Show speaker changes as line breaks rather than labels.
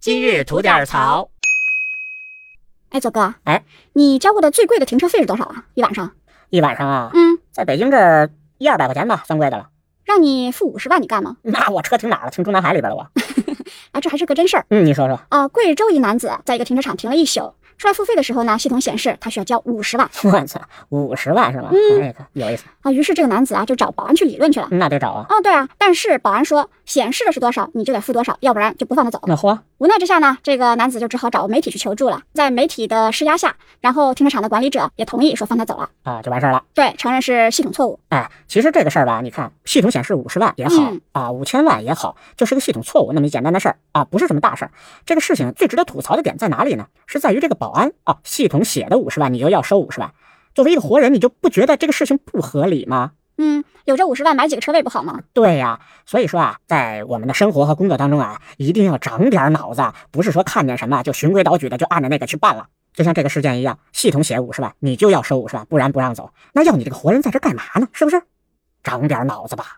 今日吐点槽。
哎，九哥，
哎，
你交过的最贵的停车费是多少啊？一晚上？
一晚上啊，
嗯，
在北京这一二百块钱吧，算贵的了。
让你付五十万，你干吗？
那我车停哪儿了？停中南海里边了我。
哎，这还是个真事儿
嗯，你说说，
啊、贵州一男子在一个停车场停了一宿，出来付费的时候呢，系统显示他需要交五十万
我操，五十万是吗？那个有意思，
啊。于是这个男子啊就找保安去理论去了。
那得找啊。
哦，对啊，但是保安说显示的是多少，你就得付多少，要不然就不放他走。
那嚯，
无奈之下呢，这个男子就只好找媒体去求助了。在媒体的施压下，然后停车场的管理者也同意说放他走了。
啊，就完事儿了。
对，承认是系统错误。
哎，其实这个事儿吧，你看系统显示五十万也好
嗯
啊，五千万也好，就是个系统错误那么一简单的事儿啊，不是什么大事儿。这个事情最值得吐槽的点在哪里呢？是在于这个保安啊，系统写的五十万，你就要收五十万。作为一个活人，你就不觉得这个事情不合理吗？
嗯，有这五十万买几个车位不好吗？
对呀，所以说啊，在我们的生活和工作当中啊，一定要长点脑子，不是说看见什么就循规蹈矩的就按着那个去办了。就像这个事件一样，系统写五十万，你就要收五十万，不然不让走。那要你这个活人在这干嘛呢？是不是？长点脑子吧。